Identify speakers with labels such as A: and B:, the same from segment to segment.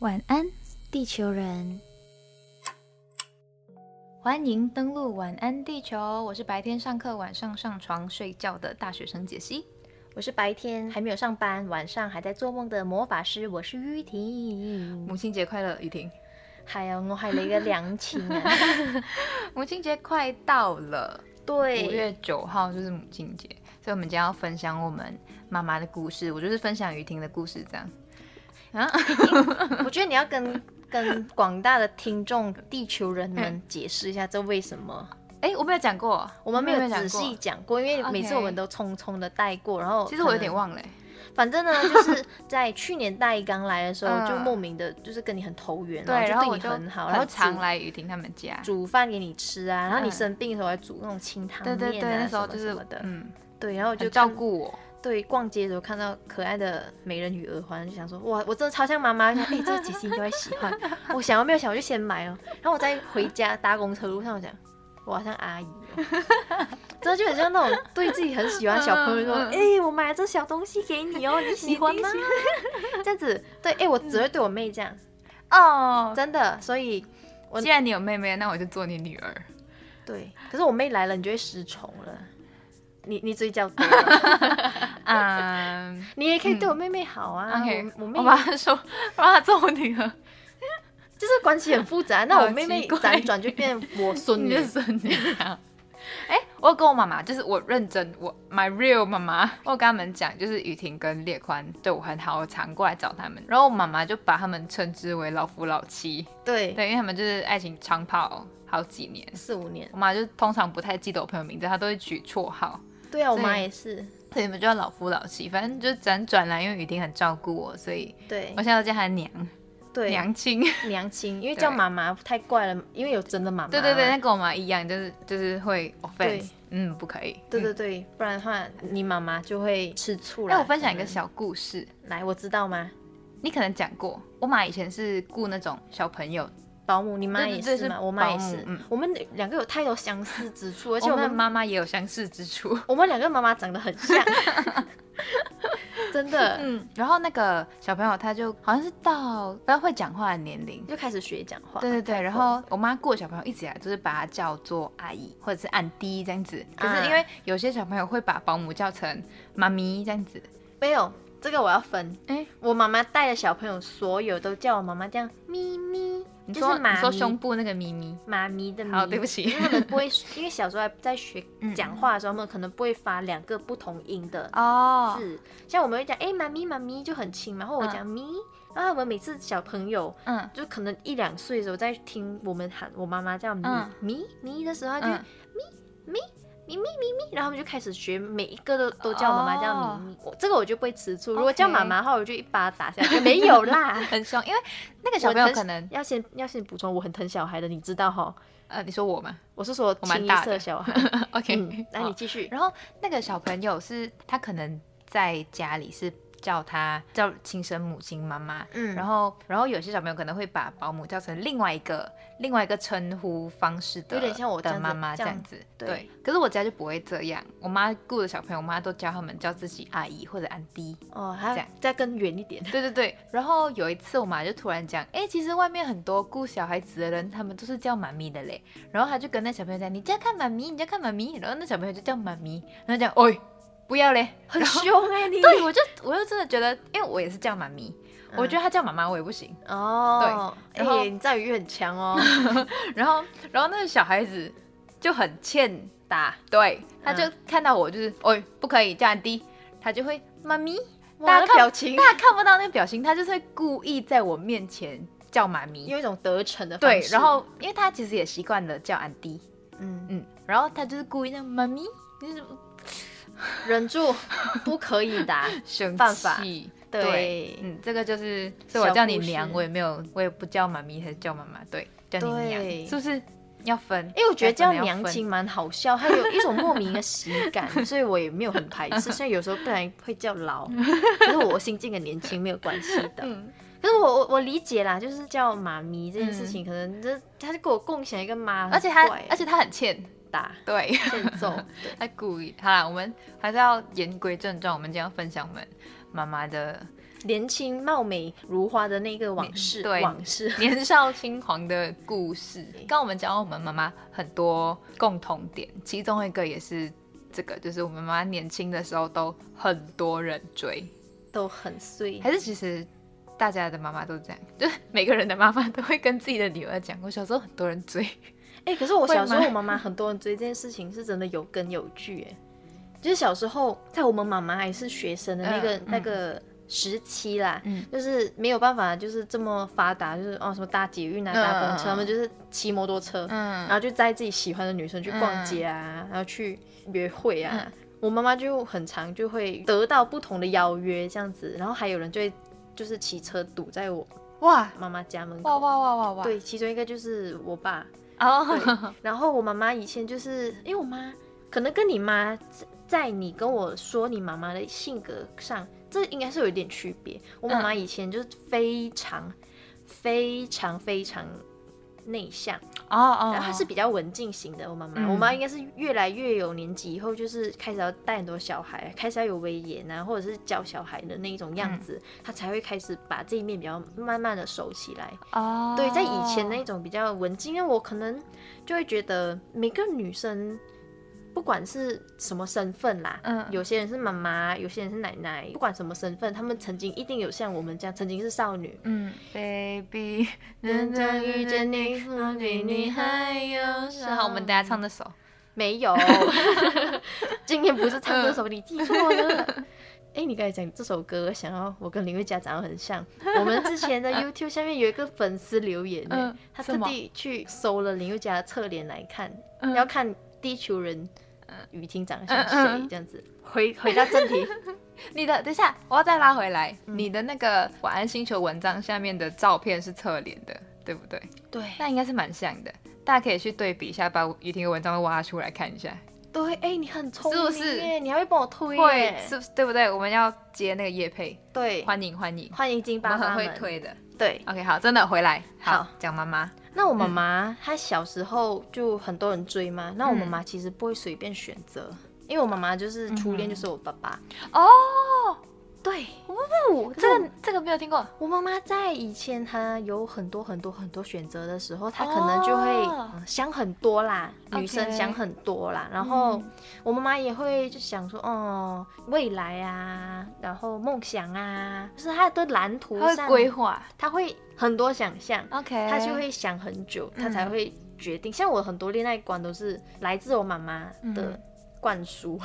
A: 晚安，地球人！欢迎登录晚安地球，我是白天上课、晚上上床睡觉的大学生解析。
B: 我是白天还没有上班，晚上还在做梦的魔法师，我是玉婷。
A: 母亲节快乐，雨婷！
B: 系啊，我系你嘅良情啊！
A: 母亲节快到了，五
B: 对，
A: 月九号就是母亲节，所以我们今天要分享我们妈妈的故事。我就是分享雨婷的故事，这样。啊，
B: 我觉得你要跟跟广大的听众、地球人们解释一下这为什么。
A: 哎、嗯我没有讲过，
B: 我们没有
A: 讲
B: 仔
A: 过
B: 细。讲过，因为每次
A: OK
B: 我们都匆匆的带过，然后
A: 其实我有点
B: 可能。
A: 忘了、哎
B: 反正呢，就是在去年大一刚来的时候，
A: 嗯
B: 就莫名的，就是跟你很投缘，
A: 对，然
B: 后就
A: 后
B: 对
A: 我
B: 你
A: 就
B: 很好，然后
A: 很常
B: 煮
A: 来雨婷他们家。
B: 煮饭给你吃啊，然后你
A: 嗯
B: 生病的时候还煮那种清汤
A: 对
B: 面啊，
A: 对对，那时候
B: 什么
A: 就是
B: 什么的，
A: 嗯，
B: 对，然后我就
A: 很照
B: 看
A: 顾我。
B: 对，逛街的时候看到可爱的美人鱼耳环，就想说哇，我真的超像妈妈，想 哎、这个姐姐应该会喜欢。我想要没有想，我就先买哦。然后我在回家搭公车路上，我想我好像阿姨哦， 真的就很像那种对自己很喜欢的小朋友说，
A: 嗯嗯
B: 哎、我买了这小东西给你哦，你喜欢吗
A: 你？
B: 这样子，对，哎、我只会对我妹这样，
A: 哦，
B: 真的。所以我
A: 既然你有妹妹，那我就做你女 儿。
B: 对，可是我妹来了，你就会失宠了。你你嘴角多了，
A: 嗯
B: 你也可以对我妹妹好啊。
A: ，OK，
B: 我我妹
A: 我把她说， 我把她做我女 儿，
B: 就是关系很复 杂。那
A: 好
B: 我妹妹
A: 奇怪
B: 辗转就变我嗯孙
A: 你
B: 女
A: 的， 孙女啊。哎、我有跟我妈妈，就是我认真，我 my real 妈妈，我有跟他们讲，就是雨婷跟列宽对我很好，我常过来找他们，然后我妈妈就把他们称之为老夫老妻，
B: 对，
A: 对，因为他们就是爱情长跑好几年。
B: 四五年
A: 我。妈就通常不太记得我朋友名字，她都会取绰号，
B: 对啊，我
A: 对
B: 妈也是，
A: 所以你们就要老夫老妻。反正就辗转来，因为雨婷很照顾我，所以
B: 对
A: 我现在都叫她娘
B: 对娘
A: 呃娘亲。
B: 娘亲，因为
A: 对
B: 叫妈妈太怪了，因为有真的妈妈。
A: 对对对，那，跟我妈一样，就是就是会 offense，
B: 啊对
A: 嗯，不可以。
B: 对
A: 嗯。哎
B: 对对，不然的话你妈妈就会吃醋了。
A: 那我分享一个
B: 可能，
A: 小故事，
B: 来，我知道吗？
A: 你可能讲过，我妈以前是雇那种小朋友，
B: 保姆，你妈
A: 对对
B: 也
A: 对
B: 是吗？
A: 是
B: 我妈
A: 保
B: 也
A: 姆
B: 是
A: 嗯，
B: 我们两个有太多相似之处，而
A: 而
B: 且
A: 且
B: 我
A: 我们
B: 们
A: 哦妈妈也有相似 之处。
B: 我们两个妈妈长得很 像，真的，
A: 嗯，然后那个小朋友他就好像是到不要会讲话的年龄，
B: 就开始学讲话。
A: 对对对，然
B: 疯
A: 后我妈雇的小朋友一直以来都是把他叫做阿姨或者是俺弟这样子，可是
B: 啊
A: 因为有些小朋友会把保姆叫成妈咪这样子，
B: 没有这个我要分，
A: 哎、
B: 我妈妈带的小朋友，所有都叫我妈妈这样咪咪，
A: 你
B: 就
A: 说
B: 是妈
A: 你
B: 咪
A: 说胸部那个咪咪，
B: 妈咪的咪。
A: 好，对不，起
B: 因为他们不会，因为小时候还在学
A: 嗯
B: 讲话的时候，他们可能不会发两个不同音的
A: 哦，
B: 字，像我们会讲哎妈咪妈咪就很轻嘛，然后我讲咪，然后我们每次小朋友。
A: 嗯，
B: 就可能一两岁的时候，在听我们喊我妈妈叫咪、
A: 嗯
B: 咪咪的时候，她就、
A: 嗯
B: 咪咪咪咪，然后我们就开始学每一个都都叫妈妈叫
A: 哦
B: 咪咪。我这个我就不会吃醋，如果叫
A: OK
B: 妈妈的话，我就一巴打下去。没有啦，
A: 很凶，因为那个小朋友
B: 我很
A: 可能
B: 要先要先补充，我很疼小孩的，你知道哈？
A: 呃，你说我嘛
B: 我是说
A: 我蛮
B: 清一
A: 大的哦
B: 色小孩。
A: ，OK，
B: 嗯，那
A: 好
B: 你继续。
A: 然后那个小朋友是他可能在家里是叫他叫亲生母亲妈妈，
B: 嗯
A: 然后然后有些小朋友可能会把保姆叫成另外一个另外一个称呼方式的，
B: 有点像我这
A: 的
B: 样子
A: 妈妈
B: 这
A: 这
B: 样
A: 样子，
B: 对
A: 可是我家就不会这样，我妈雇的小朋友，我妈都教他们叫自己阿姨或者安迪。
B: 哦，还
A: 这
B: 要
A: 样
B: 再更远一 点。
A: 对对对，然后有一次我妈就突然讲，哎、其实外面很多雇小孩子的人，他们都是叫妈咪的嘞。然后她就跟那小朋友讲，你叫看妈咪，你叫看妈咪。然后那小朋友就叫妈咪，然后讲，喂，不要嘞，
B: 很
A: 然后
B: 凶哎、你
A: 对我就我就真的觉得，因为我也是叫妈咪，
B: 嗯
A: 我觉得她叫妈妈我也不行。
B: 哦，
A: 对然后
B: 哎、你占有欲很强 哦。
A: 然后然后那个小孩子就很欠打，对，他就看到我就是，喂，不可以叫安迪，他就会妈咪。
B: 哇那
A: 看
B: 表情
A: 大家看不到那个表情，他就是会故意在我面前叫妈咪。
B: 有一种得逞的方
A: 对，
B: 式
A: 然后因为他其实也习惯了叫安迪，
B: 嗯，
A: 嗯，然后他就是故意让妈咪就是
B: 忍 住，不可以打。
A: 生
B: 犯法
A: 气。
B: 对
A: 嗯，这个就是，所以我叫你娘
B: 小，故事
A: 我也没有，我也不叫妈咪，还是叫妈妈，对，哎叫你娘，
B: 对
A: 是不是要分？
B: 因为我觉得
A: 真
B: 叫
A: 的要
B: 娘
A: 分
B: 亲蛮好笑，还有一种莫名的喜 感，所以我也没有很排斥。虽然有时候不然会叫老，可是我心境很年轻没有关系的。
A: 嗯
B: 可是我我我理解啦，就是叫妈咪这件事情，可能这他就跟我共享一个妈，
A: 嗯而且他
B: 很怪，
A: 而且他很欠，
B: 打
A: 对，
B: 欠揍，对
A: 他故意。好啦，我们还是要言归正传，我们今天要分享我们妈妈的
B: 年轻貌美如花的那个往事，
A: 对
B: 往事，
A: 年少轻狂的故事。刚刚我们讲到我们妈妈很多共同点，其中一个也是这个，就是我们妈妈年轻的时候都很多人追，
B: 都很碎。
A: 还是其实大家的妈妈都这样， 就是每个人的妈妈都会跟自己的女儿讲，我小时候很多人追，
B: 哎、可是我小时候
A: 会吗
B: 我妈妈很多人追这件事情是真的有根有据哎，就是小时候在我们妈妈还是学生的那个、
A: 嗯嗯
B: 那个时期啦，
A: 嗯
B: 就是没有办法就是这么发达，就是哦什么搭捷运啊、搭公车，
A: 嗯嗯嗯
B: 他们就是骑摩托车，然
A: 嗯，
B: 后就载自己喜欢的女生去逛街啊，然后去约会啊。
A: 嗯
B: 我妈妈就很常就会得到不同的邀约这样子，然后还有人就会就是骑车堵在我
A: 哇
B: 妈妈家门
A: 哇
B: 口。
A: 哇哇哇哇，
B: 对，其中一个就是我爸。
A: 哦，
B: 对然后我妈妈以前就是，因为我妈可能跟你妈在在你跟我说你妈妈的性格上，这应该是有一点区别。我妈妈
A: 嗯
B: 以前就是非常、非常非常内向。
A: 哦哦，
B: 然后她是比较文静型的，我妈妈，
A: 嗯
B: 我妈应该是越来越有年纪以后，就是开始要带很多小孩，开始要有威严啊，或者是教小孩的那一种
A: 嗯
B: 样子，她才会开始把这一面比较慢慢的收起来。
A: 哦，
B: 对，在以前那种比较文静，因为我可能就会觉得每个女生。不管是什么身份啦，
A: 嗯
B: 有些人是妈妈，有些人是奶奶，不管什么身份，她们曾经一定有像我们这样，曾经是少女，
A: 嗯，baby，
B: 能再遇见你，比你
A: 比你
B: 还
A: 还
B: 要
A: 是好，我们大家唱这首。
B: 没 有，今天不是唱这首，你记错了。 哎、你刚才讲这首歌，想要我跟林宥嘉长得很像。我们之前 的 YouTube 下面有一个粉丝留言呢，
A: 嗯
B: 他特地去搜了林宥嘉的侧脸来看，
A: 嗯
B: 要看地球人雨婷长得像
A: 嗯嗯
B: 谁这样子。回回到正题，
A: 你的等一下，我要再拉回来。
B: 嗯
A: 你的那个晚安星球文章下面的照片是侧脸的，对不 对？
B: 对
A: 那应该是蛮像的，大家可以去对比一下，把雨婷的文章都挖出来看一下，
B: 对，哎、你很聪
A: 是
B: 明
A: 不
B: 耶，
A: 是
B: 你还会帮我推
A: 会
B: 耶，
A: 是不是对不对？我们要接那个叶配，
B: 对，
A: 欢迎欢迎，
B: 欢迎金
A: 我
B: 爸
A: 们
B: 爸
A: 很会
B: 们。
A: 推的。
B: 对，
A: OK，好，真的回来，
B: 好
A: 讲妈妈，
B: 那我妈妈、
A: 嗯
B: 她小时候就很多人追嘛，那我妈妈其实不会随便选择，因为我妈妈就是初恋就是我爸爸。
A: 哦，
B: 对
A: 不，哦这个这个没有听过，
B: 我妈妈在以前她有很多很多很多选择的时候，她可能就会、
A: 哦
B: 嗯想很多啦，
A: OK
B: 女生想很多啦，然后
A: 嗯
B: 我妈妈也会就想说，哦，未来啊，然后梦想啊，就是她的蓝图
A: 他会
B: 上，
A: 规划
B: 她会很多想象。
A: ，OK，
B: 他就 会想很久，他
A: 嗯
B: 才会决定。像我很多恋爱观都是来自我妈妈的
A: 嗯
B: 灌 输。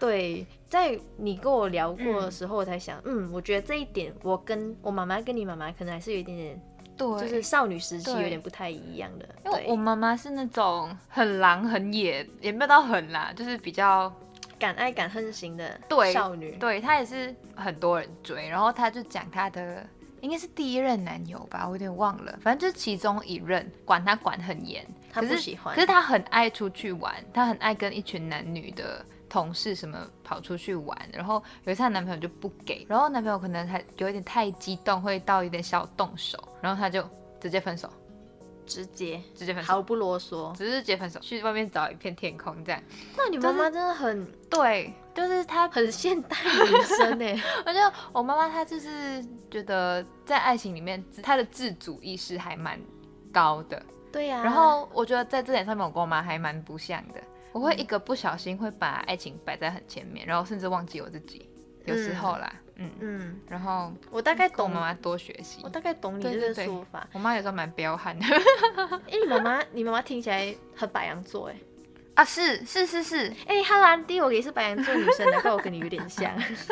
B: 对，在你跟我聊过的时候，我才想，嗯，我觉得这一点我跟我妈妈跟你妈妈可能还是有一点点，
A: 对，
B: 就是少女时期
A: 对
B: 有点不太一样的。
A: 因为
B: 对
A: 我妈妈是那种很狼很野，也没有到很啦，就是比较
B: 敢爱敢恨型的
A: 对
B: 少女，
A: 对她也是很多人追，然后她就讲她的应该是第一任男友吧，我有点忘了，反正就是其中一任，管她管很严，
B: 她
A: 可
B: 不
A: 是
B: 喜欢
A: 可是她很爱出去玩，她很爱跟一群男女的。同事什么跑出去玩，然后有一次她男朋友就不给，然后男朋友可能还有一点太激动，会到有点小动手，然后她就直接分手，
B: 直接
A: 直接分手，
B: 毫不啰嗦。
A: 直接分手，去外面找一片天空这样。
B: 那你妈妈真的很
A: 对，就是他，
B: 很现代女 生哎，
A: 我就我妈妈她就是觉得在爱情里面，她的自主意识还蛮高的。
B: 对呀、
A: 然后我觉得在这点上面，我跟我妈还蛮不像的。我会一个不小心会把爱情摆在很前面，然后甚至忘记我自己，有时候啦，嗯，
B: 嗯，
A: 然后
B: 我大概
A: 跟我
B: 懂
A: 妈妈多学习
B: 我。大概懂你
A: 对
B: 这
A: 对
B: 个
A: 对
B: 说法。
A: 我妈有时候蛮彪悍的
B: 哎、你妈妈，你妈妈听起来很白羊座哎。
A: 啊，是是是是，
B: 哎、哈兰迪，我也是白羊座女生，难怪我跟你有点像，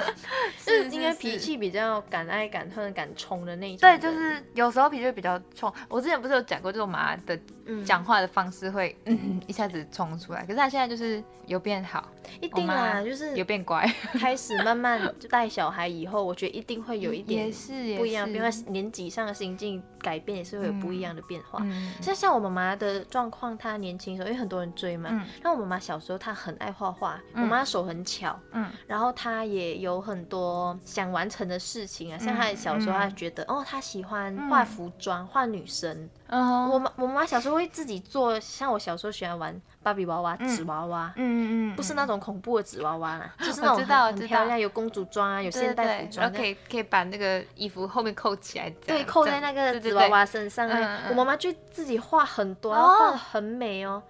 B: 就是应该脾气比较敢爱敢恨、敢冲的那一种
A: 对，
B: 人。
A: 就是有时候脾气会比较冲。我之前不是有讲过，就是我妈的
B: 嗯
A: 讲话的方式会、嗯、一下子冲出来，可是她现在就是有变好，
B: 一定
A: 我
B: 啦，
A: 妈
B: 就是
A: 有变乖，
B: 开始慢慢就带小孩以后，我觉得一定会有一点
A: 也是也
B: 不一样，
A: 是
B: 变化，年纪上的心境改变也是会有不一样的变化。
A: 嗯，
B: 像像我妈妈的状况，她年轻的时候，因为很多人追嘛，
A: 嗯
B: 然后我妈妈小时候她很爱画画，我妈手很巧，
A: 嗯，
B: 然后她也有很多想完成的事情啊，像她小时候她觉得，哦，她喜欢画服装，画女生。
A: 嗯
B: 我妈我妈妈小时候会自己做，像我小时候喜欢玩芭比娃娃、
A: 嗯
B: 纸娃娃，
A: 嗯嗯嗯，
B: 不是那种恐怖的纸娃 娃啦，就是那
A: 我
B: 种
A: 知道我
B: 很
A: 知
B: 很漂
A: 道
B: 亮，有公主装啊，有
A: 对
B: 现代服
A: 对对然
B: 装
A: 后
B: 这样
A: 可。以可以把那个衣服后面扣起来，这
B: 对，
A: 样
B: 扣
A: 这
B: 在
A: 样
B: 那个
A: 对对
B: 纸娃
A: 对
B: 娃身上
A: 嗯嗯
B: 啊。
A: 嗯
B: 我妈妈就自己画很多，然
A: 哦
B: 后画的很美哦。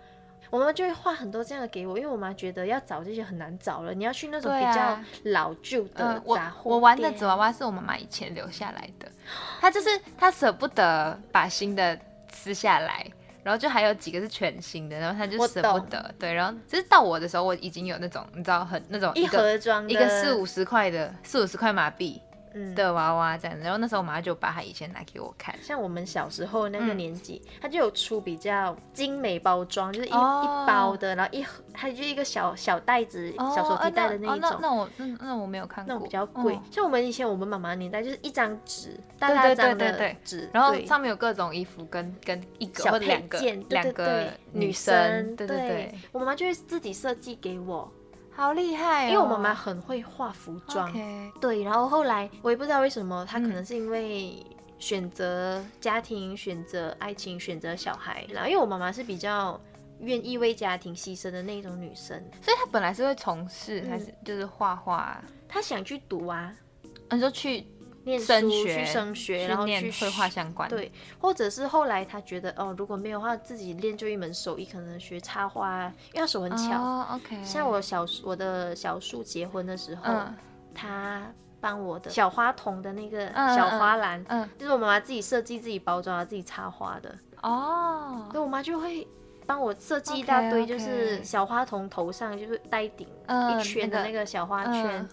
B: 我妈妈就会画很多这样的给我，因为我妈觉得要找这些很难找了，你要去那种
A: 对
B: 比较
A: 啊
B: 老旧的
A: 嗯，我
B: 杂货店。啊
A: 我玩的纸娃娃是我妈妈以前留下来的，她就是她舍不得把新的撕下来，然后就还有几个是全新的，然后她就
B: 我
A: 舍不
B: 懂
A: 得。对，然后就是到我的时候，我已经有那种你知道很那种
B: 一
A: 个
B: 盒装的，
A: 一个四五十块的四五十块马币
B: 嗯，
A: 的娃娃这样子，然后那时候我妈就把她以前拿给我看，
B: 像我们小时候那个
A: 嗯
B: 年纪，它就有出比较精美包装，就是一、
A: 哦
B: 一包的，然后一盒，它就一个小小袋子、小手提袋的
A: 呃那
B: 那一
A: 哦那哦
B: 种。
A: 那我那那我没有看
B: 那
A: 过，
B: 种比较贵，
A: 嗯
B: 像我们以前我们妈妈年代就是一张纸，大
A: 对
B: 大
A: 对
B: 张
A: 对对
B: 的
A: 对
B: 纸，
A: 然后
B: 对
A: 上面有各种衣服跟跟一个
B: 小
A: 或者
B: 配
A: 两个
B: 件，对
A: 两
B: 对
A: 个
B: 对
A: 女
B: 女
A: 生，
B: 生，
A: 对对对，
B: 我妈妈就会自己设计给我，
A: 好厉害哦！
B: 因为我妈妈很会画服装
A: OK，
B: 对，然后后来我也不知道为什么，她可
A: 嗯
B: 能是因为选择家庭、选择爱情、选择小孩，然后因为我妈妈是比较愿意为家庭牺牲的那种女生，
A: 所以她本来是会从事，还
B: 嗯
A: 是就是画画？
B: 她想去读啊，
A: 你说去
B: 念书
A: 升
B: 去
A: 学、
B: 升学，
A: 去
B: 然后
A: 念
B: 去
A: 绘画相关，
B: 对，或者是后来她觉得哦，如果没有的话，自己练就一门手艺，可能学插花啊，因为她手很巧。
A: 哦，OK，
B: 像我小我的小叔结婚的时候，
A: 嗯
B: 他帮我的小花童的那个
A: 嗯
B: 小花篮，
A: 嗯
B: 就是我妈妈自己设计、自己包装、自己插花的，
A: 哦
B: 所以我妈就会帮我设计一
A: OK，
B: 大堆，
A: OK
B: 就是小花童头上就是戴顶
A: 嗯
B: 一圈的
A: 那个
B: 那个小花圈，
A: 嗯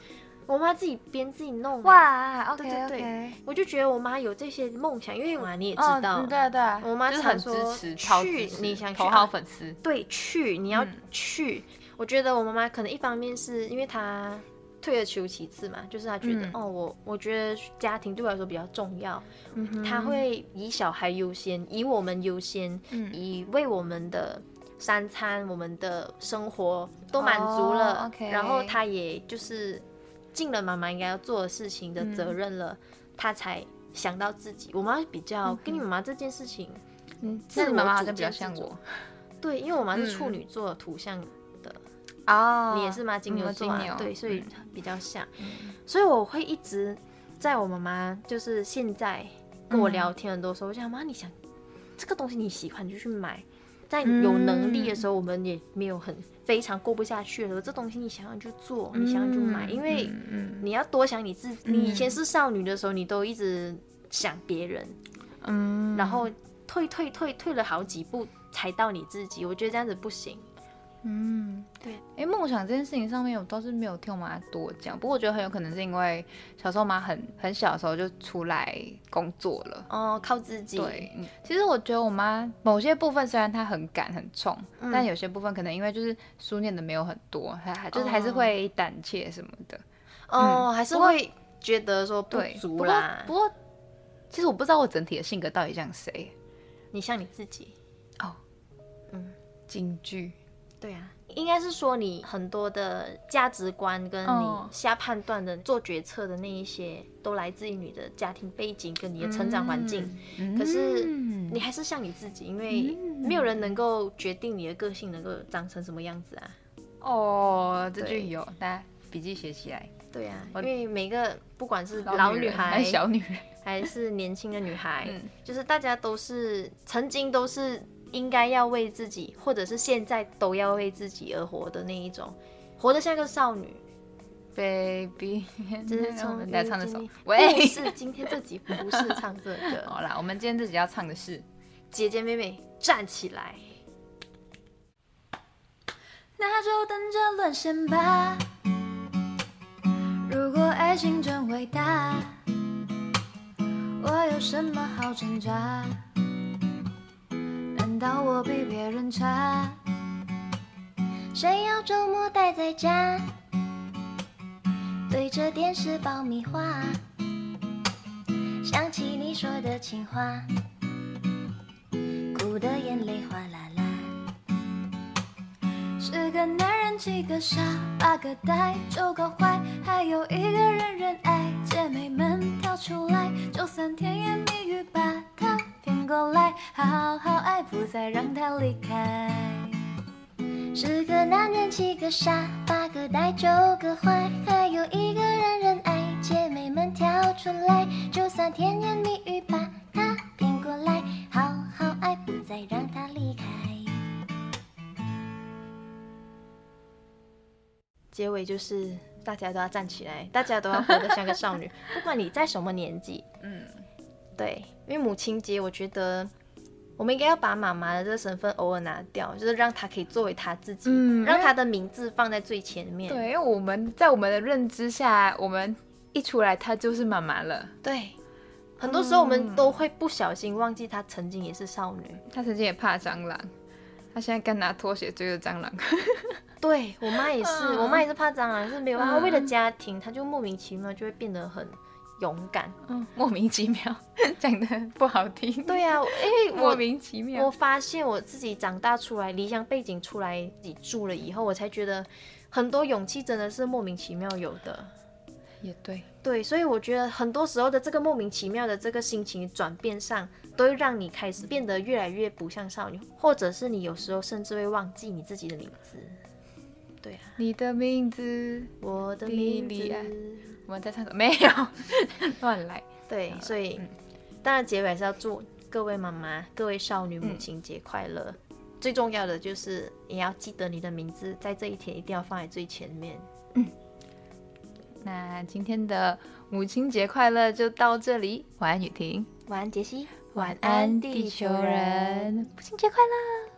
B: 我妈自己编自己弄。！
A: 哇
B: 对
A: ，OK
B: 对对
A: OK，
B: 我就觉得我妈有这些梦想，因为我妈你也知
A: 哦，
B: 道，
A: 嗯对啊对啊，
B: 我妈
A: 就是
B: 常
A: 很支
B: 说去
A: 持，超支持
B: 你想去嗯
A: 头号粉丝，
B: 对，去你要
A: 嗯
B: 去。我觉得我妈妈可能一方面是因为她退而求其次嘛，就是她觉得、
A: 嗯
B: 哦，我我觉得家庭对我来说比较重要，
A: 嗯哼
B: 她会以小孩优先，以我们优先，
A: 嗯
B: 以为我们的三餐、我们的生活都满足了，
A: 哦，OK
B: 然后她也就是尽了妈妈应该要做的事情
A: 嗯
B: 的责任了，她才想到自己。我妈比较跟你妈妈这件事情，
A: 嗯，
B: 自
A: 那你妈
B: 我
A: 妈好
B: 主
A: 像比较
B: 见自
A: 像
B: 主
A: 我
B: 对，因为我妈是
A: 嗯
B: 处女座土象的。
A: 哦
B: 你也是吗？金
A: 嗯
B: 牛
A: 我
B: 座、啊
A: 金牛
B: 对，所以比较像。
A: 嗯
B: 所以我会一直在我妈妈就是现在跟我
A: 嗯
B: 聊天很多时候，我就想妈，你想这个东西你喜欢你就去买，在
A: 嗯
B: 有能力的时候，我们也没有很非常过不下去的时候，这东西你想要就做，你想要就买，
A: 嗯
B: 因为
A: 嗯嗯
B: 你要多想你自己。
A: 嗯
B: 你以前是少女的时候，你都一直想别人，
A: 嗯，
B: 然后退退退退了好几步才到你自己，我觉得这样子不行。
A: 嗯，
B: 对。
A: 哎，梦想这件事情上面，我倒是没有听我妈多讲，不过我觉得很有可能是因为小时候妈很很小的时候就出来工作了。
B: 哦，靠自己。
A: 对，嗯其实我觉得我妈某些部分虽然她很赶很冲，
B: 嗯
A: 但有些部分可能因为就是书念的没有很多，还还就是还是
B: 哦
A: 会胆怯什么的。
B: 哦，还是
A: 不过
B: 会觉得说不
A: 对，不
B: 足
A: 过
B: 啦。
A: 不过，其实我不知道我整体的性格到底像谁。
B: 你像你自己，
A: 哦，
B: 嗯，
A: 京剧。
B: 对啊，应该是说你很多的价值观跟
A: 哦
B: 你下判断的、做决策的那一些，都来自于你的家庭背景跟你的成长环境。
A: 嗯
B: 可是
A: 嗯
B: 你还是像你自己，因为没有人能够决定你的个性能够长成什么样子啊。
A: 哦，这句
B: 对
A: 有，大家笔记写起来。
B: 对啊，
A: 我
B: 因为每个不管是
A: 老
B: 老女
A: 人
B: 孩
A: 还是小女人，
B: 还是年轻的女孩，
A: 嗯
B: 就是大家都是曾经都是应该要为自己，或者是现在都要为自己而活的那一种，活得像个少女。
A: baby，
B: 这是
A: 我
B: 从
A: 们嗯来唱这首
B: 经历。
A: 喂哦
B: 不， 是今天这集不是唱这 个，
A: 好啦，我们今天自己要唱的是。
B: 姐姐妹妹站起来。
C: 那就等着沦陷吧。如果爱情真伟大，我有什么好挣扎？难道我比别人差？谁要周末待在家，对着电视爆米花，想起你说的情话，哭得眼泪哗啦啦。十个男人七个傻，八个呆，九个坏，还有一个人人爱。姐妹们跳出来，就算甜言蜜语把他骗过来，好好爱，不再让他离开。十个男人七个傻，八个呆九个坏，还有一个人人爱。姐妹们跳出来，就算甜言蜜语把他骗过来，好好爱，不再让他离开。
B: 结尾就是大家都要站起来，大家都要活得像个少 女，不管你在什么年纪。
A: 嗯，
B: 对，因为母亲节，我觉得我们应该要把妈妈的这个身份偶尔拿掉，就是让她可以作为她自己，
A: 嗯
B: 让她的名字放在最前面。
A: 对，因为我们在我们的认知下，我们一出来她就是妈妈了，
B: 对很多时候我们
A: 嗯
B: 都会不小心忘记她曾经也是少女。
A: 她曾经也怕蟑螂，她现在干拿拖鞋追着蟑螂。
B: 对我妈也是，
A: 嗯
B: 我妈也是怕蟑螂，是没有办法。
A: 嗯
B: 她为了家庭，她就莫名其妙就会变得很勇敢。
A: 嗯，莫名其妙， 讲的不好听。，
B: 哦对啊，因为
A: 莫
B: 我
A: 名其妙。
B: 我发现我自己长大出来，离乡背景出来自己住了以后，我才觉得很多勇气真的是莫名其妙有的。
A: 也对，
B: 对，所以我觉得很多时候的这个莫名其妙的这个心情转变上，都会让你开始变得越来越不像少女，或者是你有时候甚至会忘记你自己的名字。对啊，
A: 你的名字，
B: 我的
A: 莉
B: 名
A: 莉安
B: 字。
A: 我们在唱什么？没有， 乱来。
B: 对，所以、
A: 嗯
B: 当然结尾还是要祝各位妈妈、各位少女母亲节快乐。最重要的就是也要记得你的名字，在这一天一定要放在最前面。
A: 那今天的母亲节快乐就到这里，晚安雨婷，
B: 晚安，杰西。
A: 晚
B: 安地球人，
A: 母亲节快乐。